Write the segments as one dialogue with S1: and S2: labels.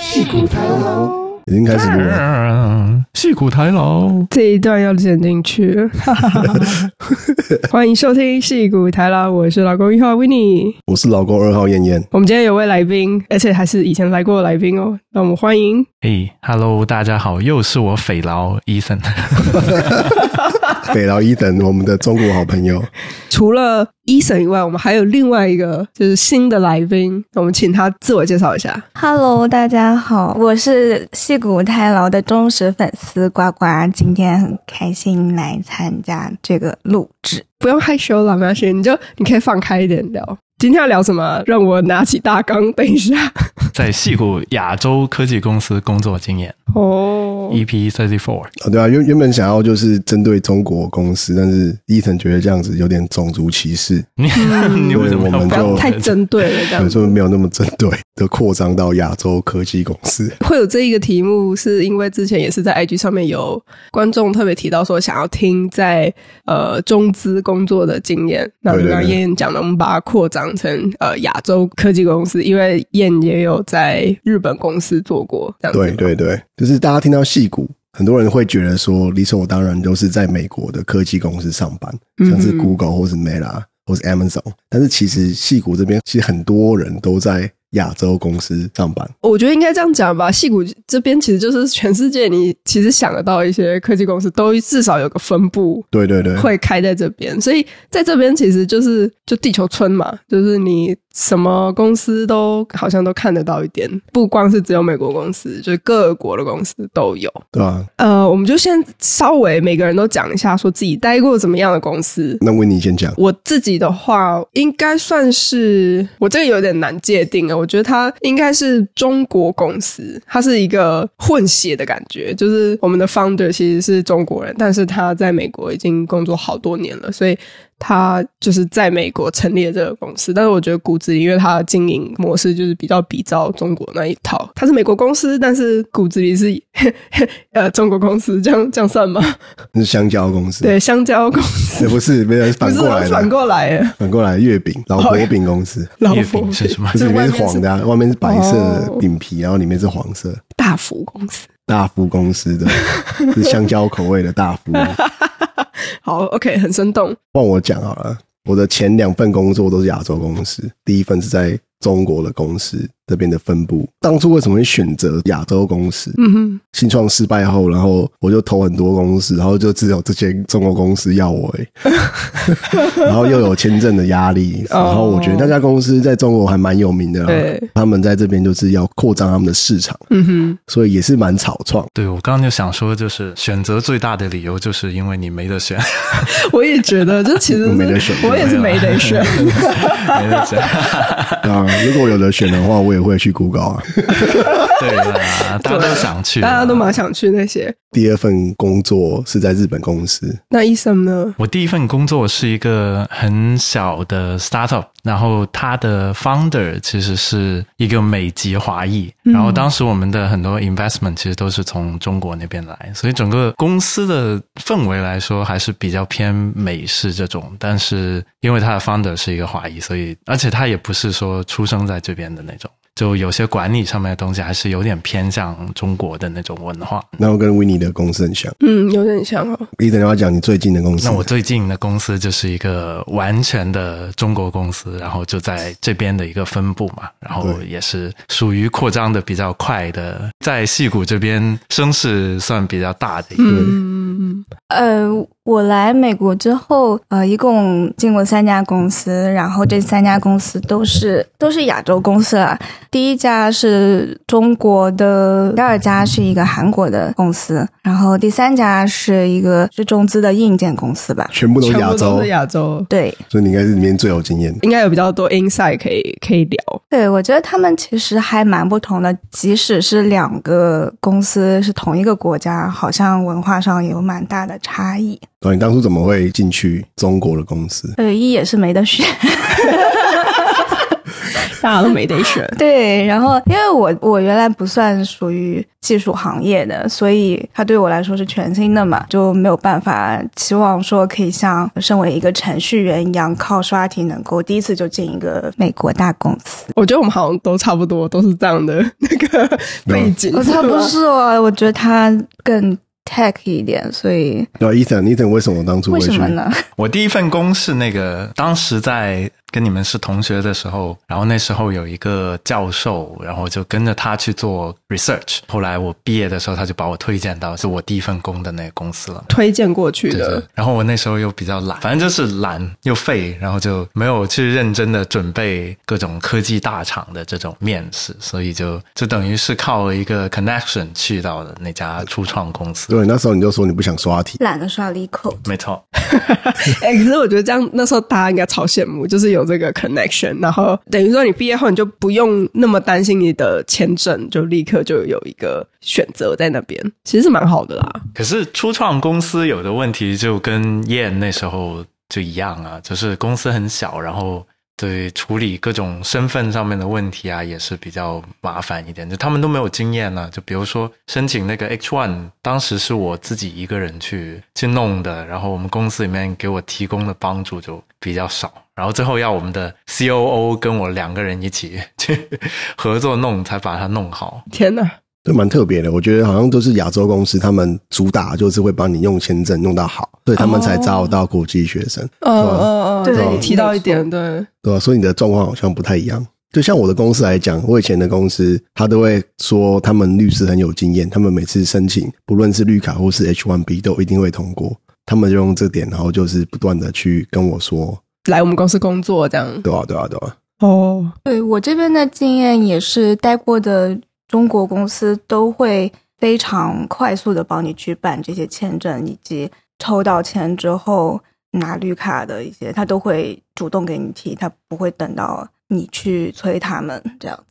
S1: 戏骨台楼。已经开始录了，
S2: 嗯，戏骨台楼，
S3: 这一段要剪进去。哈哈哈哈欢迎收听戏骨台啦，我是老公一号 w i n n i e
S1: 我是老公二号燕 燕，
S3: 我们今天有位来宾，而且还是以前来过的来宾哦。那我们欢迎，
S2: 哎哈喽，大家好，又是我匪劳医生。
S1: 北劳一等，我们的中国好朋友。啊
S3: 除了医生以外，我们还有另外一个就是新的来宾，我们请他自我介绍一下。
S4: Hello，大家好，我是戏骨太牢的忠实粉丝呱呱，今天很开心来参加这个录制。
S3: 不用害羞啦，没关系，你就你可以放开一点聊。今天要聊什么？啊让我拿起大纲，等一下。
S2: 在戏骨亚洲科技公司工作经验
S3: 哦，
S2: ，EP thirty four。
S1: 啊，对啊，原原本想要就是针对中国公司，但是伊藤觉得这样子有点种族歧视，
S2: 你 你为什么
S1: 我们
S3: 不
S1: 就
S3: 要太针对了，
S1: 所
S3: 这样
S1: 以
S3: 子。
S1: 说没有那么针对的扩张到亚洲科技公司。
S3: 会有 这一个题目，是因为之前也是在 IG 上面有观众特别提到说想要听在呃中资工作的经验，那就
S1: 对对
S3: 刚刚
S1: 对
S3: 燕燕讲的，我们把它扩张成呃亚洲科技公司，因为燕也有在日本公司做过，这样子
S1: 对对对，就是大家听到戏骨，很多人会觉得说理所当然都是在美国的科技公司上班，
S3: 嗯
S1: 像是 Google 或是 Meta 或是 Amazon，但是其实戏骨这边其实很多人都在亚洲公司上班。
S3: 我觉得应该这样讲吧，戏骨这边其实就是全世界你其实想得到一些科技公司都至少有个分部
S1: 对对对，
S3: 会开在这边，所以在这边其实就是就地球村嘛，就是你什么公司都好像都看得到一点，不光是只有美国公司，就是各国的公司都有。
S1: 对啊，
S3: 呃，我们就先稍微每个人都讲一下，说自己待过怎么样的公司。
S1: 那温妮先讲。
S3: 我自己的话，应该算是我这个有点难界定啊。我觉得它应该是中国公司，它是一个混血的感觉，就是我们的 founder 其实是中国人，但是他在美国已经工作好多年了，所以他就是在美国成立了这个公司。但是我觉得骨子里，因为他的经营模式就是比较比照中国那一套，他是美国公司，但是骨子里是呃中国公司，这样这样算吗？
S1: 是香蕉公司，
S3: 对，香蕉公司。
S1: 哎，不是，没有
S3: 不
S1: 反
S3: 是
S1: 过来的，
S3: 反过来哦耶，
S1: 反过来月饼，老婆饼公司，
S3: 老
S2: 月
S3: 佛
S2: 饼是什么
S1: 就？是里面是黄的啊，外面是白色的
S3: 哦
S1: 饼皮，然后里面是黄色。
S3: 大福公司。
S1: 大福公司的
S3: 哦
S1: 是香蕉口味的大福。
S3: 好，OK，很生动。
S1: 换我讲好了，我的前两份工作都是亚洲公司，第一份是在中国的公司这边的分部。当初为什么会选择亚洲公司？
S3: 嗯哼，
S1: 新创失败后，然后我就投很多公司，然后就只有这些中国公司要我、 欸，然后又有签证的压力，
S3: 哦
S1: 然后我觉得那家公司在中国还蛮有名的啦
S3: 对，
S1: 他们在这边就是要扩张他们的市场，
S3: 嗯哼，
S1: 所以也是蛮草创。
S2: 对我刚刚就想说，就是选择最大的理由，就是因为你没得 选，
S3: 我也觉得，就其实 是
S1: 没得选
S3: 我也是没得选。
S2: 没得选。
S1: 啊，如果有得选的话，我也会去 Google 啊。
S2: 对啦，大家都想去，
S3: 大家都蛮。想去那些。
S1: 第二份工作是在日本公司，
S3: 那医生呢？
S2: 我第一份工作是一个很小的 startup，然后它的 founder 其实是一个美籍华裔，然后当时我们的很多 investment 其实都是从中国那边来，所以整个公司的氛围来说还是比较偏美式这种。但是因为它的 founder 是一个华裔，所以而且他也不是说出生在这边的那种。就有些管理上面的东西还是有点偏向中国的那种文化。
S1: 那我跟 w i n n i 的公司很像。
S3: 嗯，有点像哦。
S1: 伊等要讲你最近的公司，
S2: 那我最近的公司就是一个完全的中国公司，然后就在这边的一个分部嘛，然后
S1: 对
S2: 也是属于扩张的比较快的，在戏谷这边声势算比较大的一个。
S3: 嗯，
S4: 呃，我来美国之后，呃，一共进过三家公司，然后这三家公司都是都是亚洲公司了。第一家是中国的，第二家是一个韩国的公司，然后第三家是一个是中资的硬件公司吧。
S1: 全部都
S3: 全
S1: 是亚
S3: 部
S1: 洲
S3: 都是，亚洲，
S4: 对，
S1: 所以你应该是里面最有经验的。
S3: 应该有比较多 insight 可以可以聊。
S4: 对，我觉得他们其实还蛮不同的，即使是两个公司是同一个国家，好像文化上有蛮大的差异。
S1: 对，你当初怎么会进去中国的公司？
S4: 呃，一也是没得选，
S3: 大家都没得 选。
S4: 对，然后因为我我原来不算属于技术行业的，所以它对我来说是全新的嘛，就没有办法期望说可以像身为一个程序员一样靠刷题能够第一次就进一个美国大公司。
S3: 我觉得我们好像都差不多，都是这样的那个
S1: 啊
S3: 背景。
S4: 我
S3: 差
S4: 他不是哦， 我觉得他更 tech 一点，所以
S1: 对啊，Ethan，Ethan 为什么当初
S4: 为
S1: 会
S4: 什
S1: 去
S4: 么？呢？
S2: 我第一份工是那个，当时在跟你们是同学的时候，然后那时候有一个教授，然后就跟着他去做 research。后来我毕业的时候，他就把我推荐到是我第一份工的那个公司了。
S3: 推荐过去
S2: 对
S3: 的
S2: 对，，然后我那时候又比较懒，反正就是懒又废，然后就没有去认真的准备各种科技大厂的这种面试，所以就就等于是靠一个 connection 去到的那家初创公司。
S1: 对，那时候你就说你不想刷题，
S4: 懒得刷了一口。
S2: 没错，
S3: 哎、可是我觉得这样，那时候大家应该超羡慕，就是有这个 connection，然后等于说你毕业后你就不用那么担心你的签证，就立刻就有一个选择在那边，其实是蛮好的啦。
S2: 可是初创公司有的问题就跟燕那时候就一样啊，就是公司很小，然后对处理各种身份上面的问题啊，也是比较麻烦一点。就他们都没有经验啊呢、就比如说申请那个 H1，当时是我自己一个人去去弄的，然后我们公司里面给我提供的帮助就比较少。然后最后要我们的 COO 跟我两个人一起去 合作弄，才把它弄好。
S3: 天哪，
S1: 这蛮特别的。我觉得好像都是亚洲公司，他们主打就是会帮你用签证用到好，所以他们才招到国际学生，
S3: 嗯嗯嗯，
S4: 对
S3: 对，你提到一
S4: 没
S3: 点，对，
S1: 对吧、所以你的状况好像不太一样。就像我的公司来讲，我以前的公司，他都会说他们律师很有经验，他们每次申请，不论是绿卡或是 H1B，都一定会通过。他们就用这点，然后就是不断的去跟我说，
S3: 来我们公司工作这样，
S1: 对啊，对啊，对啊，
S3: 哦，
S4: 对我这边的经验也是，待过的中国公司都会非常快速的帮你去办这些签证，以及抽到签之后拿绿卡的一些，他都会主动给你提，他不会等到你去催他们这样。
S3: 哦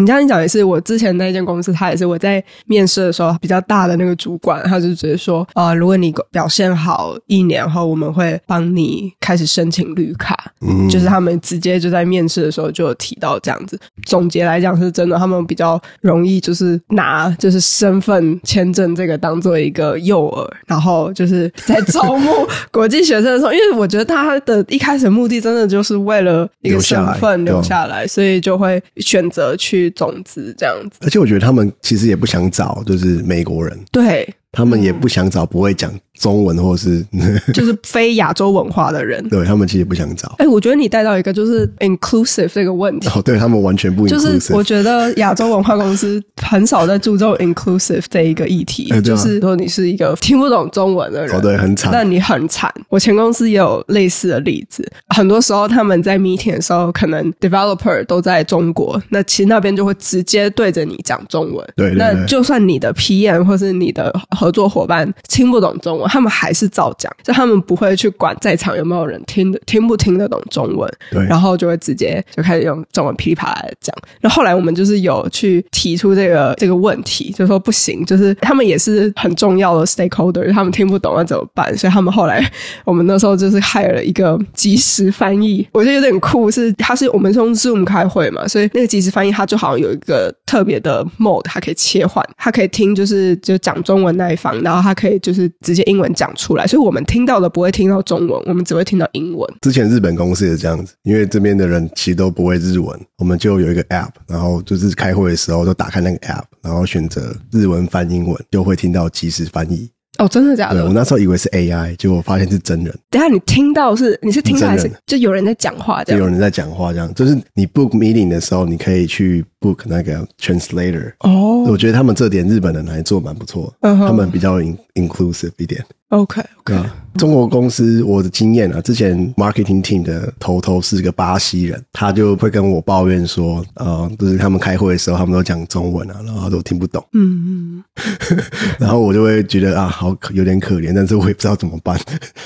S3: 你这样一讲也是，我之前那间公司，他也是我在面试的时候比较大的那个主管，他就直接说，呃，如果你表现好一年后，我们会帮你开始申请绿卡。
S1: 嗯，
S3: 就是他们直接就在面试的时候就有提到这样子。总结来讲是真的，他们比较容易就是拿就是身份签证这个当做一个诱饵，然后就是在招募国际学生的时候，因为我觉得他的一开始目的真的就是为了一个
S1: 留下
S3: 身
S1: 来
S3: 份
S1: 对
S3: 留下来，所以就会选择去种子这样 子。
S1: 而且我觉得他们其实也不想找就是美国人，
S3: 对，
S1: 他们也不想找不会讲中文或是，。
S3: 就是非亚洲文化的人
S1: 对他们其实不想找。
S3: 哎、我觉得你带到一个就是 inclusive 这个问题，
S1: 哦，对他们完全不
S3: 就是
S1: inclusive，
S3: 我觉得亚洲文化公司很少在注重 inclusive 这一个议题，
S1: 哎对
S3: 就
S1: 啊
S3: 是说你是一个听不懂中文的人，
S1: 哦，对，很惨。
S3: 那你很惨。我前公司也有类似的例子，很多时候他们在 meeting 的时候，可能 developer 都在中国，那其实那边就会直接对着你讲中文。
S1: 对对
S3: 那
S1: 对
S3: 就算你的 PM 或是你的合作伙伴听不懂中文，他们还是照讲，就他们不会去管在场有没有人听得听不听得懂中文。
S1: 对，
S3: 然后就会直接就开始用中文噼里啪啦地讲。那后来我们就是有去提出这个这个问题，就说不行，就是他们也是很重要的 stakeholder，他们听不懂那怎么办？所以他们后来我们那时候就是害了一个即时翻译，我觉得有点酷，是他是我们是用 Zoom 开会嘛，所以那个即时翻译它就好像有一个特别的 mode，它可以切换，它可以听就是就讲中文那一方，然后它可以就是直接英文讲出来，所以我们听到的不会听到中文，我们只会听到英文。
S1: 之前日本公司也这样子，因为这边的人其实都不会日文，我们就有一个 app，然后就是开会的时候就打开那个 app，然后选择日文翻英文，就会听到即时翻译。
S3: 哦，真的假
S1: 对
S3: 的
S1: 我？那时候以为是 AI，结果发现是真人，
S3: 等一下你听到是你是听到还是
S1: 真人
S3: 就有人在讲话这
S1: 就有
S3: 样？
S1: 人在讲话这样。就是你 book meeting 的时候，你可以去 book 那个 translator。
S3: 哦
S1: 我觉得他们这点日本人还做蛮不错，
S3: 嗯哼
S1: 他们比较 in- inclusive 一点。
S3: ，OK OK，
S1: 啊，中国公司我的经验啊，之前 marketing team 的头头是个巴西人，他就会跟我抱怨说，呃，就是他们开会的时候，他们都讲中文啊，然后都听不懂，
S3: 嗯嗯，
S1: 然后我就会觉得啊，好可有点可怜，但是我也不知道怎么办。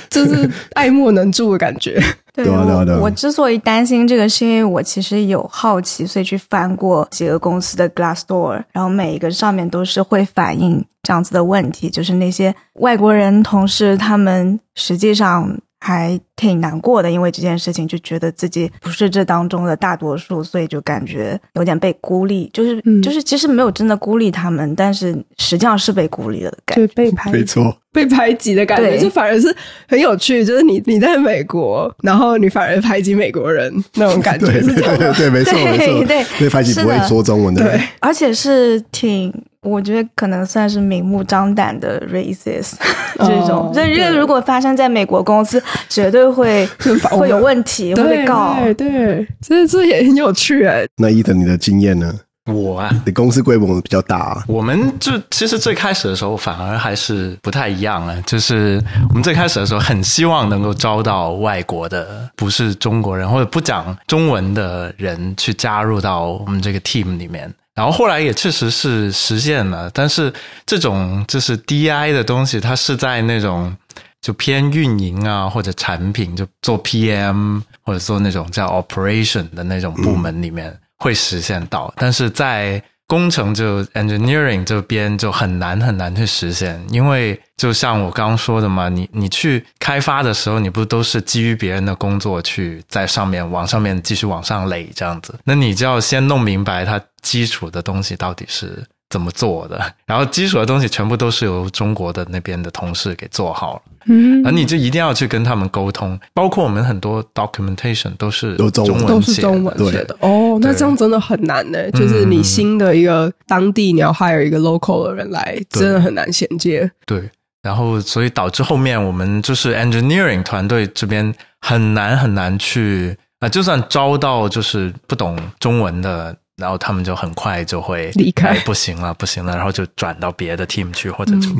S3: 这是爱莫能助的感 觉。
S4: 对
S1: 对啊对啊对啊
S4: 我我之所以担心这个，是因为我其实有好奇，所以去翻过几个公司的 Glassdoor，然后每一个上面都是会反映这样子的问题，就是那些外国人同事他们实际上。还挺难过的，因为这件事情就觉得自己不是这当中的大多数，所以就感觉有点被孤立，就是、
S3: 嗯
S4: 就是其实没有真的孤立他们，但是实际上是被孤立了的感觉。
S3: 对被排
S1: 没错，
S3: 被排挤的感觉，
S4: 对
S3: 就反而是很有趣。就是你你在美国，然后你反而排挤美国人那种感觉，
S1: 对
S3: 是这样
S1: 对
S3: 吗？
S1: 对，没错
S4: 对
S1: 没错，
S4: 对
S1: 所以排挤
S4: 是
S1: 不会
S4: 的
S1: 说中文的人
S3: 对，
S4: 而且是挺，我觉得可能算是明目张胆的 racist 这种
S3: 哦，
S4: 这、因为
S3: 对
S4: 如果发生在美国公司，绝对会
S3: 就把我
S4: 会
S3: 们
S4: 有问题，会被告。
S3: 对对，这这也很有趣哎、
S1: 那伊藤，你的经验呢？
S2: 我啊，
S1: 你公司规模比较大、啊，
S2: 我们就其实最开始的时候反而还是不太一样了，就是我们最开始的时候很希望能够招到外国的，不是中国人或者不讲中文的人去加入到我们这个 team 里面。然后后来也确实是实现了，但是这种就是 DI 的东西，它是在那种就偏运营啊或者产品，就做 PM 或者做那种叫 operation 的那种部门里面会实现到，但是在工程就 engineering 这边就很难很难去实现，因为就像我刚刚说的嘛，你你去开发的时候，你不都是基于别人的工作去在上面往上面继续往上垒这样子？那你就要先弄明白它基础的东西到底是怎么做的，然后基础的东西全部都是由中国的那边的同事给做好了。
S3: 嗯
S2: 啊而你就一定要去跟他们沟通，包括我们很多 documentation 都是
S1: 都中文
S3: 嗯都
S2: 文
S3: 是
S2: 写的
S3: 中文
S2: 对
S3: 写的哦，那
S2: 对嗯
S3: 这样真的很难呢、就是你新的一个当地，你要 hire 一个 local 的人来，
S2: 对
S3: 真的很难衔接。
S2: 对，然后所以导致后面我们就是 engineering 团队这边很难很难去啊、就算招到就是不懂中文的，然后他们就很快就会
S3: 离开
S2: 哎不行了，不行了，然后就转到别的 team 去，或者就、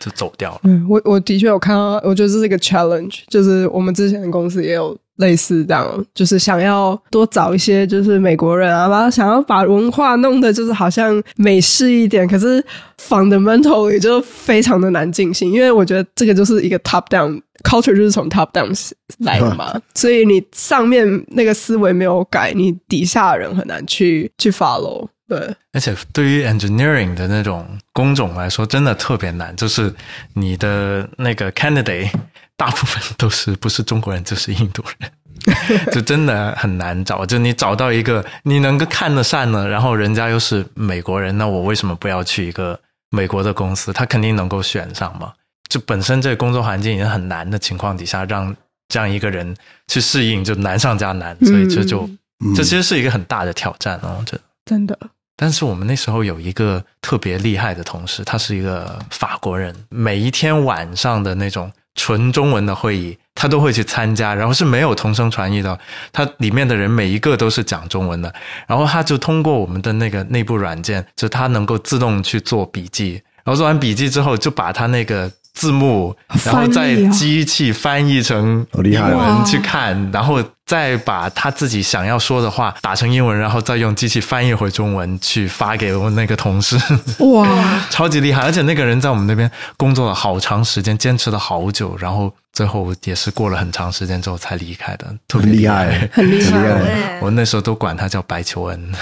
S2: 就走掉了。
S3: 嗯，我我的确有看到，我觉得这是一个 challenge，就是我们之前的公司也有类似这样，就是想要多找一些就是美国人啊，然后想要把文化弄得就是好像美式一点，可是 fundamental 也就非常的难进行，因为我觉得这个就是一个 top down culture，就是从 top down 来的嘛，所以你上面那个思维没有改，你底下的人很难去去 follow。对，
S2: 而且对于 engineering 的那种工种来说，真的特别难。就是你的那个 candidate 大部分都是不是中国人就是印度人，就真的很难找。就你找到一个你能够看得上的，然后人家又是美国人，那我为什么不要去一个美国的公司？他肯定能够选上嘛。就本身这个工作环境已经很难的情况底下，让这样一个人去适应，就难上加难。所以这就、
S1: 嗯
S2: 这其实是一个很大的挑战哦，我觉得。
S3: 真的，
S2: 但是我们那时候有一个特别厉害的同事，他是一个法国人，每一天晚上的那种纯中文的会议，他都会去参加，然后是没有同声传译的，他里面的人每一个都是讲中文的，然后他就通过我们的那个内部软件，就他能够自动去做笔记，然后做完笔记之后，就把他那个。字幕，然后再
S3: 翻译啊
S2: 机器翻译成
S1: 好厉害啊
S2: 英
S4: 哇
S2: 文去看，然后再把他自己想要说的话打成英文，然后再用机器翻译回中文去发给我那个同事，
S1: 啊
S3: 哇，
S2: 超级厉害！而且那个人在我们那边工作了好长时间，坚持了好久，然后最后也是过了很长时间之后才离开的，特别
S1: 很厉
S2: 害。
S1: 害，
S3: 很厉
S1: 很
S3: 害
S1: 厉害。
S4: 对
S2: 我那时候都管他叫白求恩，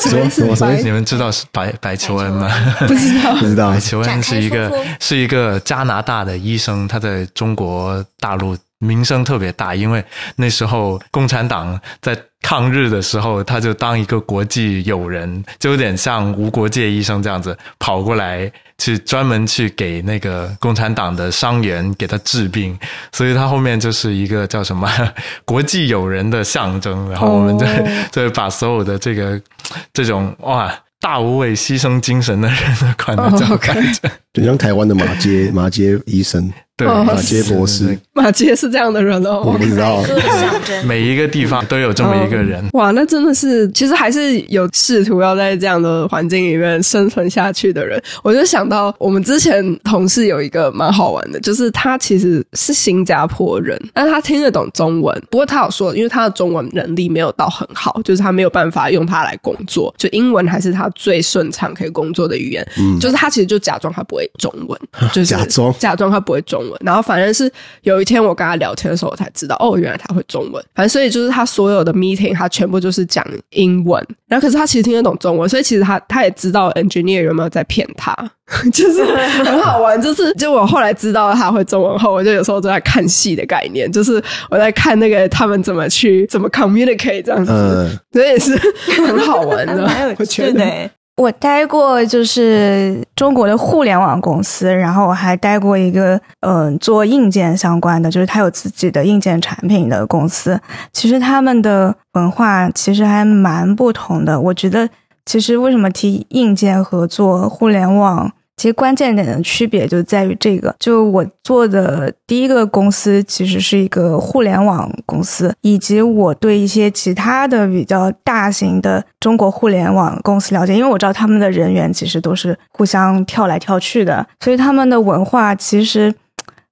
S1: 什么 什么什么
S2: 你们知道是白白求恩吗？
S3: 不知道
S1: 不知道
S2: 白求恩哎是一
S4: 展
S2: 个
S4: 开说说
S2: 是一个加拿大的医生，他在中国大陆名声特别大，因为那时候共产党在抗日的时候，他就当一个国际友人，就有点像无国界医生这样子跑过来，去专门去给那个共产党的伤员给他治病，所以他后面就是一个叫什么 国际友人的象征。然后我们就、
S3: 哦
S2: 就把所有的这个这种哇。大无畏牺牲精神的人管他叫
S3: 哦
S2: 感
S3: ，OK
S2: 觉
S1: 就像台湾的马街 马街医生，
S2: 对，
S3: 哦
S1: 马街博士，
S3: 马杰是这样的人
S1: 我
S3: 哦。
S1: 不知道，
S4: 这个象征
S2: 每一个地方都有这么一个
S1: 哦
S2: 人。
S3: 哇，那真的是，其实还是有试图要在这样的环境里面生存下去的人。我就想到我们之前同事有一个蛮好玩的，就是他其实是新加坡人，但他听得懂中文，不过他有说，因为他的中文能力没有到很好，就是他没有办法用它来工作，就英文还是他最顺畅可以工作的语言。就是他其实就假装他不会中文，就是
S1: 假装
S3: 假装他不会中文，文。然后反正是有一天我跟他聊天的时候，我才知道哦，原来他会中文。反正所以就是他所有的 meeting，他全部就是讲英文。然后可是他其实听得懂中文，所以其实他他也 知道 engineer 有没有在骗他，就是很好玩。就是就我后来知道他会中文后，我就有时候都在看戏的概念，就是我在看那个他们怎么去 怎么 communicate 这样子，
S1: 嗯，
S3: 所以也是很好玩 的，
S4: 哎蛮有
S3: 我觉
S4: 趣
S3: 得
S4: 的。诶。我待过就是中国的互联网公司，然后我还待过一个嗯、呃做硬件相关的，就是它有自己的硬件产品的公司。其实他们的文化其实还蛮不同的。我觉得其实为什么提硬件合作互联网，其实关键点的区别就在于这个。就我做的第一个公司其实是一个互联网公司，以及我对一些其他的比较大型的中国互联网公司了解，因为我知道他们的人员其实都是互相跳来跳去的，所以他们的文化其实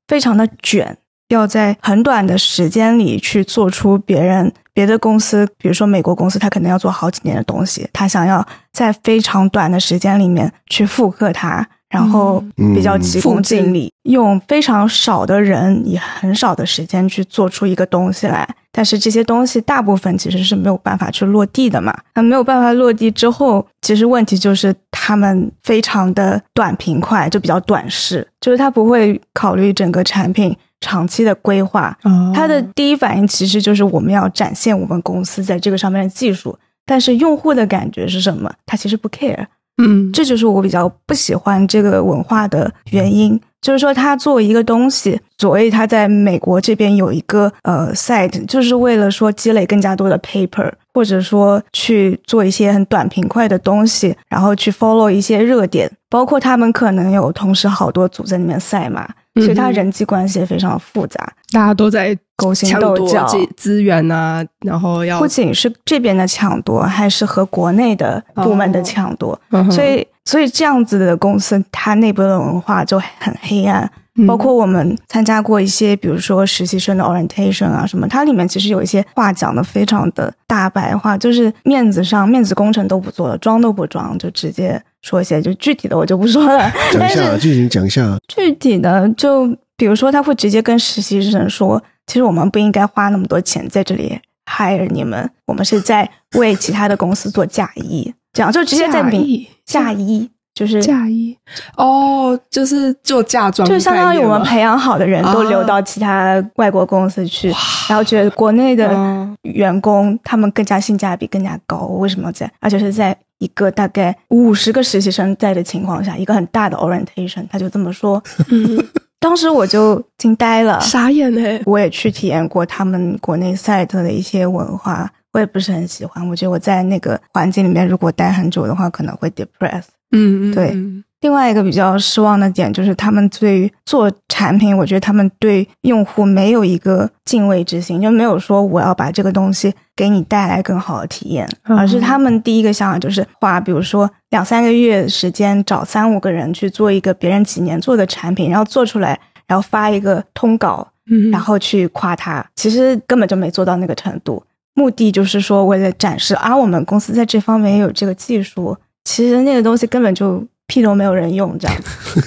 S4: 非常的卷。要在很短的时间里去做出别人别的公司，比如说美国公司，它可能要做好几年的东西，它想要在非常短的时间里面去复刻它，然后
S1: 嗯
S4: 比较急功近利，用非常少的人以很少的时间去做出一个东西来。但是这些东西大部分其实是没有办法去落地的嘛。那没有办法落地之后，其实问题就是他们非常的短平快，就比较短视，就是他不会考虑整个产品长期的规划。
S3: 哦
S4: 他的第一反应其实就是我们要展现我们公司在这个上面的技术，但是用户的感觉是什么，他其实不 care。
S3: 嗯，
S4: 这就是我比较不喜欢这个文化的原因。就是说，它作为一个东西，所谓它在美国这边有一个呃 site，就是为了说积累更加多的 paper，或者说去做一些很短平快的东西，然后去 follow 一些热点。包括他们可能有同时好多组在里面赛马，所以它
S3: 嗯哼
S4: 人际关系也非常复杂。
S3: 大家都在
S4: 勾心
S3: 抢
S4: 斗
S3: 夺
S4: 角
S3: 资资源啊，然后要
S4: 不仅是这边的抢夺，还是和国内的部门的
S3: 哦
S4: 抢夺。
S3: 嗯哼
S4: 所以，所以这样子的公司，它内部的文化就很黑暗。
S3: 嗯
S4: 包括我们参加过一些，比如说实习生的 orientation 啊什么，它里面其实有一些话讲的非常的大白话，就是面子上面子工程都不做了，装都不装，就直接说一些就具体的我就不说了。
S1: 讲
S4: 但
S1: 一
S4: 是哦
S1: 下，剧情讲一下，
S4: 具体的，就比如说，他会直接跟实习生说：“其实我们不应该花那么多钱在这里 hire 你们，我们是在为其他的公司做嫁衣。”这样就直接在明
S3: 嫁
S4: 嫁
S3: 衣
S4: 衣，就是
S3: 嗯嫁衣哦，就是做嫁妆的
S4: 就
S3: 概念吗，啊
S4: 相当于我们培养好的人都留到其他外国公司去，然后觉得国内的
S3: 嗯
S4: 员工他们更加性价比更加高，为什么要这样？而且是在一个大概五十个实习生在的情况下，一个很大的 orientation，他就这么说。
S3: 嗯
S4: 当时我就惊呆了，
S3: 傻眼嘞，
S4: 我也去体验过他们国内赛特的一些文化，我也不是很喜欢。我觉得我在那个环境里面如果待很久的话，可能会 depress。
S3: 嗯嗯，
S4: 对
S3: 嗯
S4: 另外一个比较失望的点就是，他们对于做产品，我觉得他们对用户没有一个敬畏之心，就没有说我要把这个东西给你带来更好的体验，
S3: 嗯
S4: 而是他们第一个想法就是花，比如说两三个月时间找三五个人去做一个别人几年做的产品，然后做出来，然后发一个通稿，
S3: 嗯，
S4: 然后去夸他，其实根本就没做到那个程度。目的就是说，为了展示啊，我们公司在这方面也有这个技术。其实那个东西根本就屁都没有人用，这样子。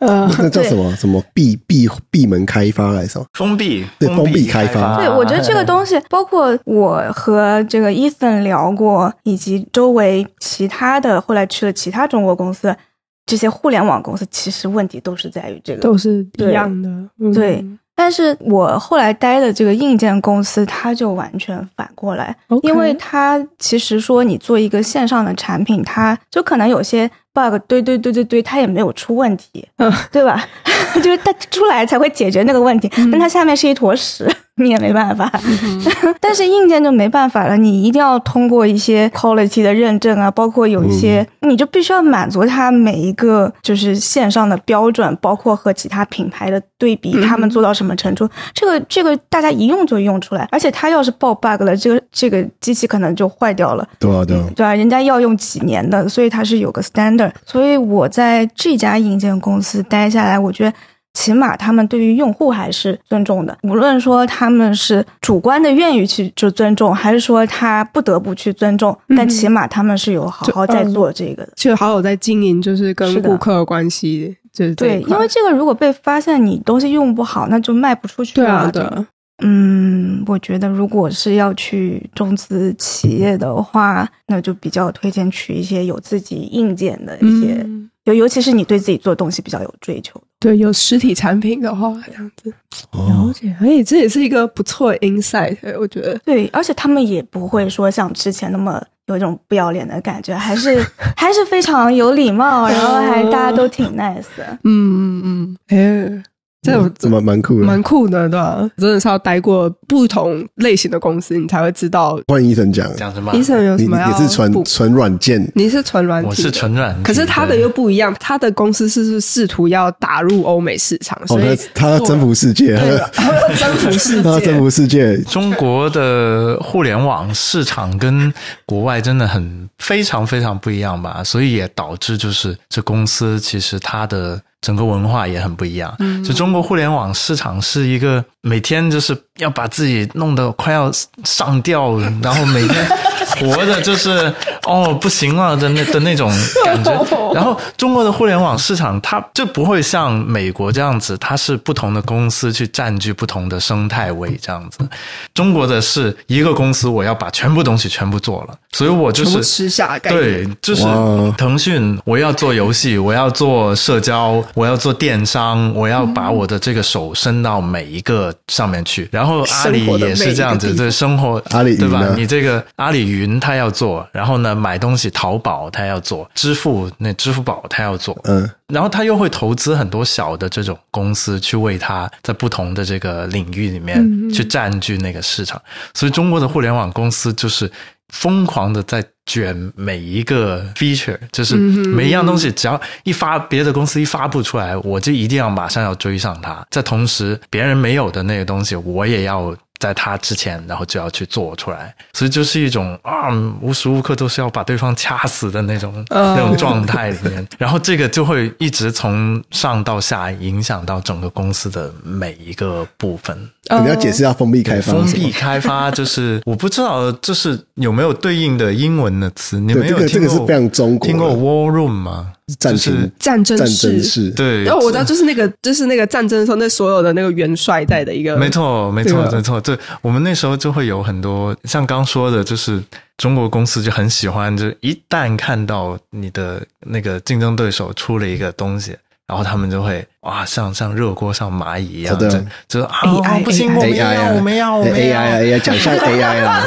S3: 呃，
S1: 那叫
S4: 对
S1: 什么什么闭闭闭门开发来着？
S2: 封闭，
S1: 对封闭开发
S2: 啊
S4: 对，我觉得这个东西，包括我和这个 Ethan 聊过，以及周围其他的后来去了其他中国公司，这些互联网公司，其实问题都是在于这个，
S3: 都是一
S4: 对
S3: 样的，嗯
S4: 对，但是我后来待的这个硬件公司，它就完全反过来，
S3: OK
S4: 因为它其实说你做一个线上的产品，它就可能有些 bug，对对对对对，它也没有出问题，
S3: 嗯
S4: 对吧？ 就是它出来才会解决那个问题，
S3: 嗯
S4: 但它下面是一坨屎， 你也没办法。 但是硬件就没办法了，你一定要通过一些 quality 的认证啊，包括有一些，你就必须要满足它每一个就是线上的标准，包括和其他品牌的对比，他们做到什么程度，这个这个大家一用就用出来，而且它要是爆 bug 了，这个这个机器可能就坏掉了。
S1: 对啊，对啊，
S4: 对啊，人家要用几年的，所以它是有个 standard。所以我在这家硬件公司待下来，我觉得。起码他们对于用户还是尊重的，无论说他们是主观的愿意去就尊重，还是说他不得不去尊重，但
S3: 嗯
S4: 起码他们是有好
S3: 就
S4: 好在
S3: 嗯
S4: 做这个的。
S3: 就好好在经营，就是
S4: 是
S3: 跟
S4: 的
S3: 顾客的关系，就是呃这
S4: 对，
S3: 一块
S4: 因为这个如果被发现你东西用不好，那就卖不出去
S3: 对
S4: 了。
S3: 啊，对
S4: 这
S3: 啊，
S4: 嗯，我觉得如果是要去中资企业的话，那就比较推荐去一些有自己硬件的一些，
S3: 嗯，
S4: 尤、尤其是你对自己做东西比较有追求。
S3: 对，有实体产品的话，这样子了
S1: 哦，
S3: 解，哎，这也是一个不错的 insight，我觉得。
S4: 对，而且他们也不会说像之前那么有一种不要脸的感觉，还 是还是非常有礼貌，然后还大家都挺 nice 的。
S3: 嗯嗯嗯，哎，这种
S1: 这蛮蛮酷
S3: 蛮
S1: 的。
S3: 酷的，对吧？真的是要待过不同类型的公司，你才会知道
S1: 换医生讲，
S2: 讲什么？
S3: 医生有
S1: 你
S3: 什
S1: 你
S3: 么啊要
S1: 你是纯
S3: 补
S1: 纯软件，
S3: 你是纯软体，
S2: 我是纯。软，
S3: 可是他的
S2: 对
S3: 又不一样，他的公司是是试图要打入欧美市场，
S1: 哦
S3: 所以，
S1: 他他征服世界，
S3: 对
S1: 他
S3: 他要 征服世
S1: 他征
S3: 界。
S1: 服世界，
S2: 中国的互联网市场跟国外真的很非常非常不一样吧，所以也导致就是这公司其实它的整个文化也很不一样。嗯，就中国互联网市场是一个每天就是要把自己弄得快要上吊，然后每天活的就是哦不行了的那的那种感觉。然后中国的互联网市场，它就不会像美国这样子，它是不同的公司去占据不同的生态位这样子。中国的是一个公司，我要把全部东西全部做了，所以我就
S3: 全部
S2: 是
S3: 吃下的概念
S2: 对，就是
S1: 哇
S2: 腾讯，我要做游戏，我要做社交，我要做电商，我要把我的这个手伸到每一个上面去。然后阿里
S3: 生活的
S2: 也
S3: 每
S2: 是
S3: 一
S2: 这样
S3: 个
S2: 子，
S3: 地
S2: 对生活
S1: 阿里云啊
S2: 对吧
S1: 呢？
S2: 你这个阿里云它要做，然后呢买东西淘宝它要做，支付那支付宝它要做，
S1: 嗯，
S2: 然后他又会投资很多小的这种公司，去为他在不同的这个领域里面
S3: 嗯
S2: 去占据那个市场。所以中国的互联网公司就是疯狂的在卷每一个 feature，就是每一样东西，只要一发别的公司一发布出来，我就一定要马上要追上它。在同时，别人没有的那个东西，我也要。在它之前，然后就要去做出来，所以就是一种啊，无时无刻都是要把对方掐死的那种、
S3: 嗯
S2: 那种状态里面，然后这个就会一直从上到下影响到整个公司的每一个部分。
S3: 哦
S1: 你要解释一下封闭开发
S2: 封
S1: 是什
S2: 闭
S1: 么，
S2: 开发就是我不知道，就是有没有对应的英文的词？你
S1: 对
S2: 们
S1: 这
S2: 有
S1: 个
S2: 听
S1: 这个
S2: 过
S1: 是非常中国的
S2: 听过 war room 吗？
S1: 战
S2: 就是
S1: 情
S3: 战争
S1: 战争
S3: 是。
S1: 式，
S2: 对，
S3: 哦，我知道，就是那个，就是那个战争的时候，那所有的那个元帅在的一个，
S2: 没，错，没错，
S3: 对吧
S2: 没错。对我们那时候就会有很多，像刚说的，就是中国公司就很喜欢，就是一旦看到你的那个竞争对手出了一个东西。然后他们就会哇，像像热锅上蚂蚁一样，
S1: 好的
S2: 就就是啊，
S3: AI
S2: 不行，我们
S1: AI
S2: 要，
S1: 啊，
S2: 我们要，我们
S1: AI
S2: 要
S1: 啊 AI 讲一下 AI 啊，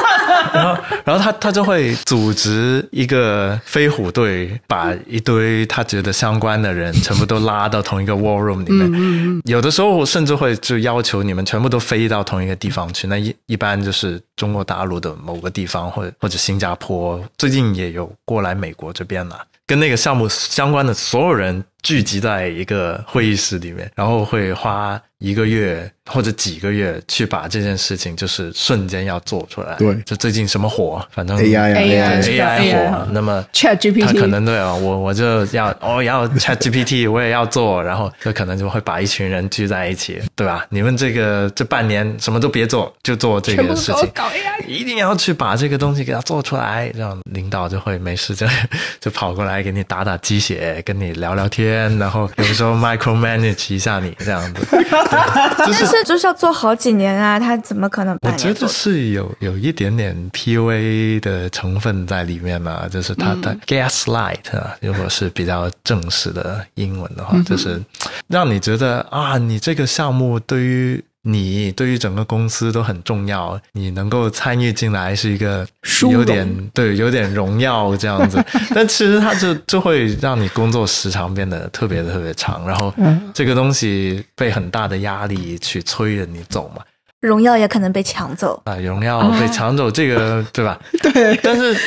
S2: 然后，然后他他就会组织一个飞虎队，把一堆他觉得相关的人全部都拉到同一个 war room 里面。
S3: 嗯
S2: 有的时候我甚至会就要求你们全部都飞到同一个地方去。那一一般就是中国大陆的某个地方，或者或者新加坡，最近也有过来美国这边了。跟那个项目相关的所有人聚集在一个会议室里面，然后会花一个月或者几个月去把这件事情，就是瞬间要做出来。
S1: 对
S2: 就最近什么火，反正
S1: AI 啊
S3: AI
S2: 对
S3: 知道 AI
S2: 火
S3: 啊，
S2: 那么
S3: ChatGPT
S2: 他可 能对啊，我我就要哦要 ChatGPT，我也 要做，然后就可能就会把一群人聚在一起，对吧？你们这个这半年什么都别做，就做这
S3: 全部
S2: 个事
S3: 都
S2: 情，
S3: 搞 AI，
S2: 一定要去把这个东西给它做出来，这样领导就会没事就就跑过来给你打打鸡血，跟你聊聊天，然后有时候 micromanage 一下你这样子。
S4: 但是 就是要做好几年啊，他怎么可能
S2: 我
S4: 半
S2: 觉
S4: 年
S2: 得
S4: 做？
S2: 是有有一点点 PUA 的成分在里面嘛，就是它
S3: 嗯
S2: 它 gaslight 啊，如果是比较正式的英文
S3: 嗯
S2: 的话，就是让你觉得啊，你这个项目对于。你对于整个公司都很重要，你能够参与进来是一个
S3: 殊
S2: 有
S3: 荣
S2: 点对，有点荣耀这样 子。但其实它就就会让你工作时长变得特别特别长，然后
S3: 嗯
S2: 这个东西被很大的压力去催着你走嘛。
S4: 荣耀也可能被抢走。
S2: 啊，荣耀被抢走，这个对吧？对。但是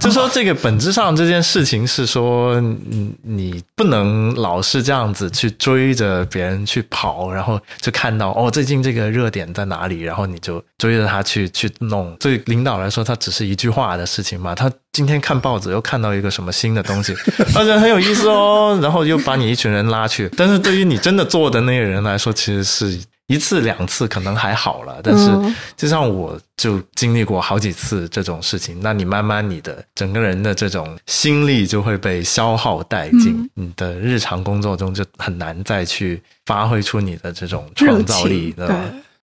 S2: 就说这个本质上这件事情是说，你你不能老是这样子去追着别人去跑，然后就看到哦，最近这个热点在哪里，然后你就追着他去去弄。对领导来说，他只是一句话的事情嘛。他今天看报纸又看到一个什么新的东西， 而且很有意思哦，然后又把你一群人拉去。但是对于你真的做的那个人来说，其实是一次两次可能还好了，但是
S3: 嗯
S2: 就像我就经历过好几次这种事情，那你慢慢你的整个人的这种心力就会被消耗殆尽，
S3: 嗯
S2: 你的日常工作中就很难再去发挥出你的这种
S3: 热
S2: 创造力，
S3: 情
S2: 对吧？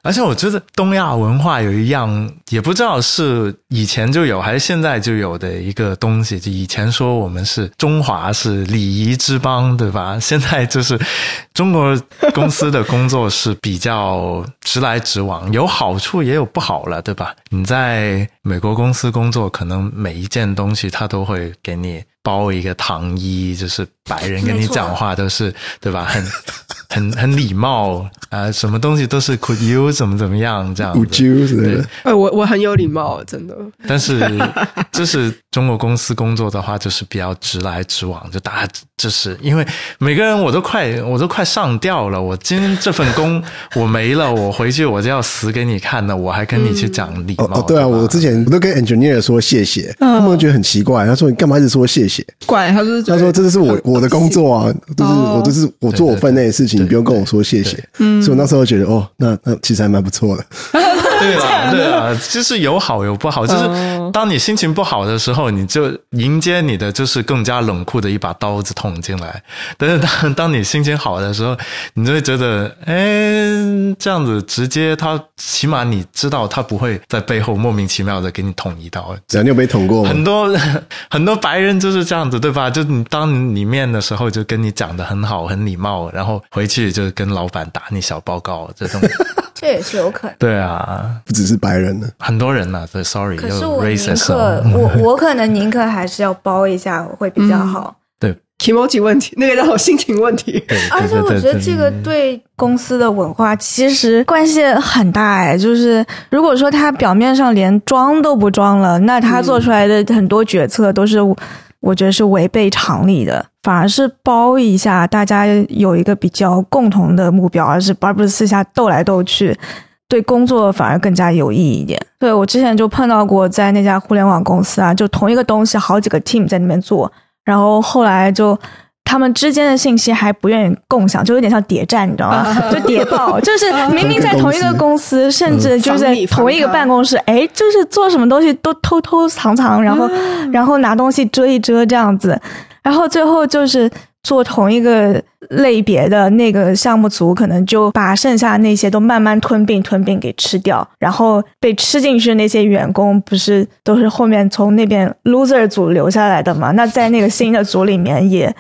S2: 而且我觉得东亚文化有一样，也不知道是以前就有还是现在就有的一个东西。就以前说我们是中华是礼仪之邦，对吧？ 现在就是中国公司的工作是比较直来直往，有好处也有不好了，对吧？你在美国公司工作，可能每一件东西它都会给你包一个糖衣，就是白人跟
S4: 没
S2: 你
S4: 错
S2: 讲话都是对吧？很 很很礼貌啊、呃什么东西都是 could you 怎么怎么样这样
S1: 五
S2: 子。
S1: 揪之类
S2: 对
S1: 的，，
S3: 哎，我我很有礼貌，真的。
S2: 但是就是中国公司工作的话，就是比较直来直往，就大家就是因为每个人我都快我都快上吊了，我今天这份工我没了，我回去我就要死给你看的，我还跟你去讲礼貌。
S1: 哦哦，对啊，
S2: 吧
S1: 我之前我都跟 engineer 说谢谢，他们觉得很奇怪，他说你干嘛一直说谢谢？
S3: 怪他就是觉
S1: 他
S3: 得
S1: 说这就是我我的工作啊，就是我就是我做我分内的事情，你不用跟我说谢谢。所以我那时候觉得哦，那那其实还蛮不错的。
S2: 对啦，对啦，就是有好有不好。就是当你心情不好的时候，你就迎接你的就是更加冷酷的一把刀子捅进来。但是当 当你心情好的时候，你就会觉得，哎，这样子直接他，起码你知道他不会在背后莫名其妙的给你捅一刀。
S1: 只要你有被捅过
S2: 很
S1: 吗？
S2: 多 很多白人就是这样子，对吧？就你当你面的时候，就跟你讲的很好，很礼貌，然后回去就跟老板打你小报告这种。
S4: 这也是有可能。
S2: 对啊，
S1: 不只是白人呢，
S2: 很多人呐、对，sorry，
S4: 可
S2: 又
S4: 是我宁
S2: racist
S4: 可
S2: 了
S4: 我我可能宁可还是要包一下会比较好，
S3: emoji 问题，那个叫什么心情问题？
S2: 对对
S4: 而且我
S2: 对对
S4: 觉得
S2: 对嗯
S4: 这个对公司的文化其实关系很大哎。就是如果说他表面上连装都不装了，那
S2: 嗯
S4: 他做出来的很多决策都是，我觉得是违背常理的。反而是包一下，大家有一个比较共同的目标，而是而不是私下斗来斗去。对工作反而更加有意义一点。对我之前就碰到过，在那家互联网公司啊，就同一个东西好几个 team 在那边做，然后后来就他们之间的信息还不愿意共享，就有点像谍战，你知道吗？就谍报，就是明明在同一个公司，甚至就是在同一个办公室，哎，就是做什么东西都偷偷藏藏，然后然后拿东西遮一遮这样子，然后最后就是做同一个类别的那个项目组，可能就把剩下那些都慢慢吞并吞并给吃掉，然后被吃进去那些员工不是都是后面从那边 loser 组留下来的嘛？那在那个新的组里面也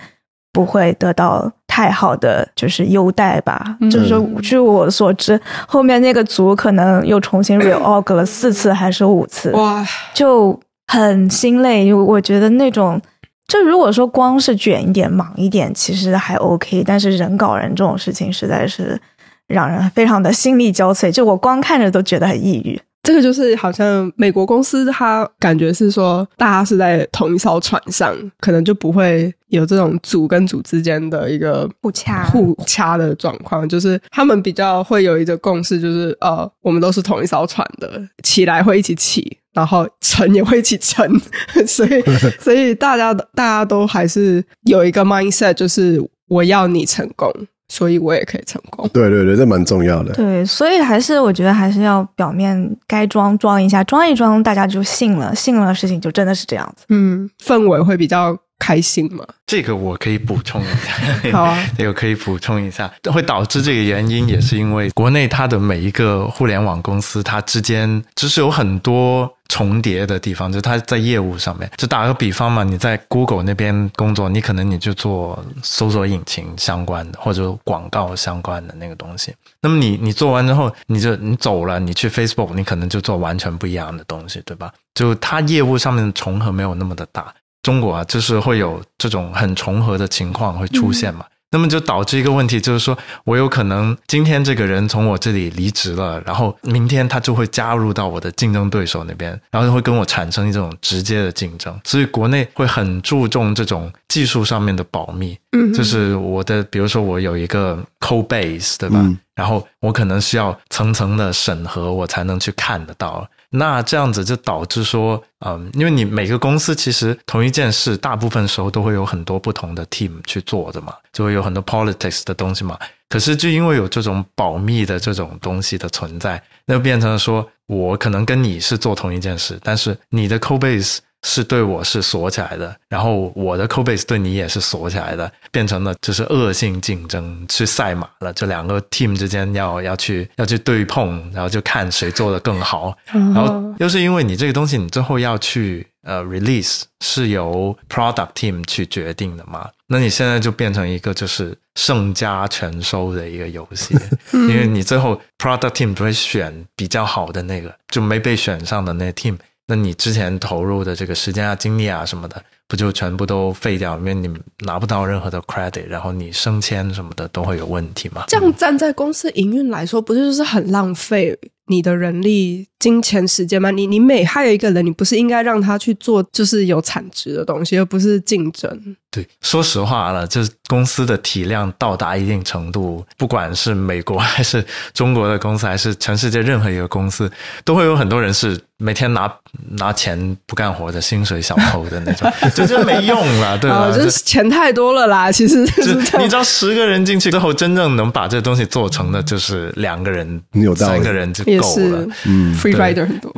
S4: 不会得到。太好的就是优待吧，就是据我所知，后面那个组可能又重新 reorg 了四次还是五次，
S3: 哇，
S4: 就很心累。因为我觉得那种，就如果说光是卷一点、忙一点，其实还 OK，但是人搞人这种事情，实在是让人非常的心力交瘁。就我光看着都觉得很抑郁。
S3: 这个就是好像美国公司，它感觉是说大家是在同一艘船上，可能就不会有这种组跟组之间的一个
S4: 互掐
S3: 互掐的状况。就是他们比较会有一个共识，就是呃，我们都是同一艘船的，起来会一起起。然后沉也会一起沉， 所 以所以大家大家都还是有一个 mindset，就是我要你成功，所以我也可以成功。
S1: 对对对，这蛮重要的。
S4: 对，所以还是我觉得还是要表面该装装一下，装一装，大家就信了，信了事情就真的是这样子。
S3: 嗯，氛围会比较开心嘛。
S2: 这个我可以补充一下，
S3: 好啊
S2: 这个可以补充一下，会导致这个原因也是因为国内它的每一个互联网公司，它之间就是有很多重叠的地方，就它在业务上面。就打个比方嘛，你在 Google 那边工作，你可能你就做搜索引擎相关的或者广告相关的那个东西，那么你你做完之后，你就你走了，你去 Facebook，你可能就做完全不一样的东西，对吧？就它业务上面的重合没有那么的大。中国啊，就是会有这种很重合的情况会出现嘛。那么就导致一个问题，就是说我有可能今天这个人从我这里离职了，然后明天他就会加入到我的竞争对手那边，然后就会跟我产生一种直接的竞争。所以国内会很注重这种技术上面的保密，
S3: 嗯
S2: 就是我的，比如说我有一个 code base，对吧？
S1: 嗯
S2: 然后我可能需要层层的审核，我才能去看得到。那这样子就导致说，嗯，因为你每个公司其实同一件事，大部分时候都会有很多不同的 team 去做的嘛，就会有很多 politics 的东西嘛。可是就因为有这种保密的这种东西的存在，那就变成了说我可能跟你是做同一件事，但是你的 code base 是对我是锁起来的，然后我的 code base 对你也是锁起来的，变成了就是恶性竞争，去赛马了。这两个 team 之间要要去要去对碰，然后就看谁做的更好。
S3: 然
S2: 然后又是因为你这个东西，你最后要去呃 release 是由 product team 去决定的嘛？那你现在就变成一个就是胜家全收的一个游 戏，因
S3: 嗯
S2: 为你最后 product team 只会选比较好的那个，就没被选上的那 team，那你之前投入的这个时间啊、精力啊什么的，不就全部都废掉？因为你拿不到任何的 credit，然后你升迁什么的都会有问题嘛？
S3: 这样站在公司营运来说，不是就是很浪费你的人力、金钱、时间吗？你你每害一个人，你不是应该让他去做就是有产值的东西，而不是竞争？
S2: 对，说实话了，就是公司的体量到达一定程度，不管是美国还是中国的公司，还是全世界任何一个公司，都会有很多人是每天拿拿钱不干活的薪水小偷的那种，就真没用了，对吧？
S3: 啊，就是钱太多了啦， 其实就是
S2: 就
S3: 这
S2: 你
S3: 样
S2: 知。道，十个人进去之后，真正能把这东西做成的，就是两个人、
S1: 你有道理
S2: 三个人就
S3: 也
S2: 够了
S3: 是。，嗯，free
S2: 对
S3: rider 很多，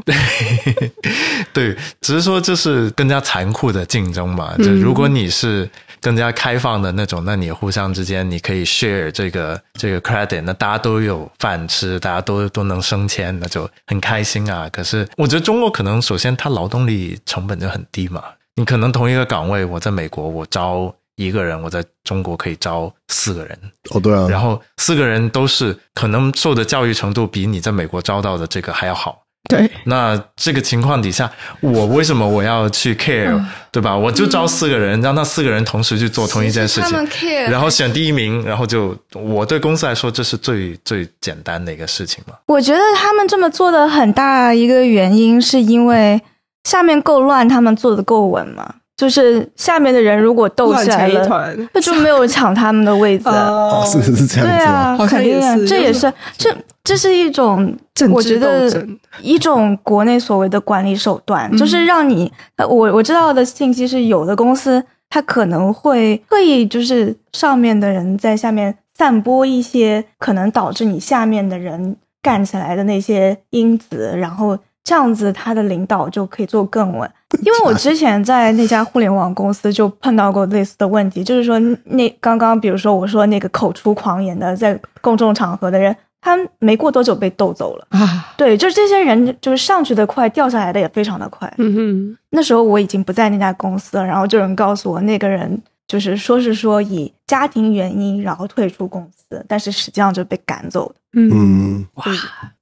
S2: 对，只是说这是更加残酷的竞争嘛。就如果你是更加开放的那种，那你互相之间你可以 share 这个这个 credit，那大家都有饭吃，大家都都能升迁，那就很开心啊。可是我觉得中国可能首先它劳动力成本就很低嘛，你可能同一个岗位，我在美国我招一个人，我在中国可以招四个人，
S1: 哦，对啊，
S2: 然后四个人都是可能受的教育程度比你在美国招到的这个还要好。
S3: 对，
S2: 那这个情况底下，我为什么我要去
S4: 嗯
S2: care，对吧？我就招四个人，让那四个人同时去做同一件事
S4: 嗯他们
S2: 情，
S4: care，
S2: 然后选第一名，然后就我对公司来说，这是最最简单的一个事情嘛。
S4: 我觉得他们这么做的很大一个原因，是因为下面够乱，他们做的够稳嘛。就是下面的人如果斗
S3: 乱
S4: 起来
S3: 成一
S4: 了，
S3: 团。
S4: 那就没有抢他们的 位置。
S1: 哦
S3: 哦
S1: 是是这样
S4: 对
S1: 子吗？
S4: 啊，
S3: 好像
S4: 肯定
S3: 也
S4: 啊
S3: 是，
S4: 这也
S3: 就是
S4: 是这这是一种
S3: 政
S4: 我
S3: 治
S4: 觉
S3: 斗
S4: 得
S3: 争
S4: 一种国内所谓的管理手段，就是让你呃我我知道的信息是，有的公司它可能会刻意就是上面的人在下面散播一些可能导致你下面的人干起来的那些因子，然后这样子他的领导就可以做更稳。因为我之前在那家互联网公司就碰到过类似的问题，就是说那刚刚比如说我说那个口出狂言的在公众场合的人，他没过多久被斗走了。
S3: 啊，
S4: 对，就是这些人就是上去的快，掉下来的也非常的快。
S3: 嗯哼，
S4: 那时候我已经不在那家公司了，然后就有人告诉我，那个人就是说是说以家庭原因然后退出公司，但是实际上就被赶走的。
S3: 嗯，
S1: 嗯，